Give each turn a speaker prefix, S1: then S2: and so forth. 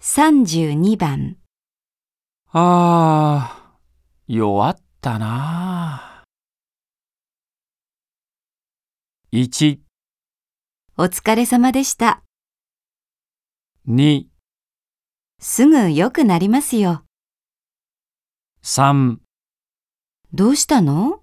S1: 32番、
S2: ああ、弱ったなあ。1、
S1: お疲れ様でした。
S2: 2、
S1: すぐ良くなりますよ。
S2: 3
S1: どうしたの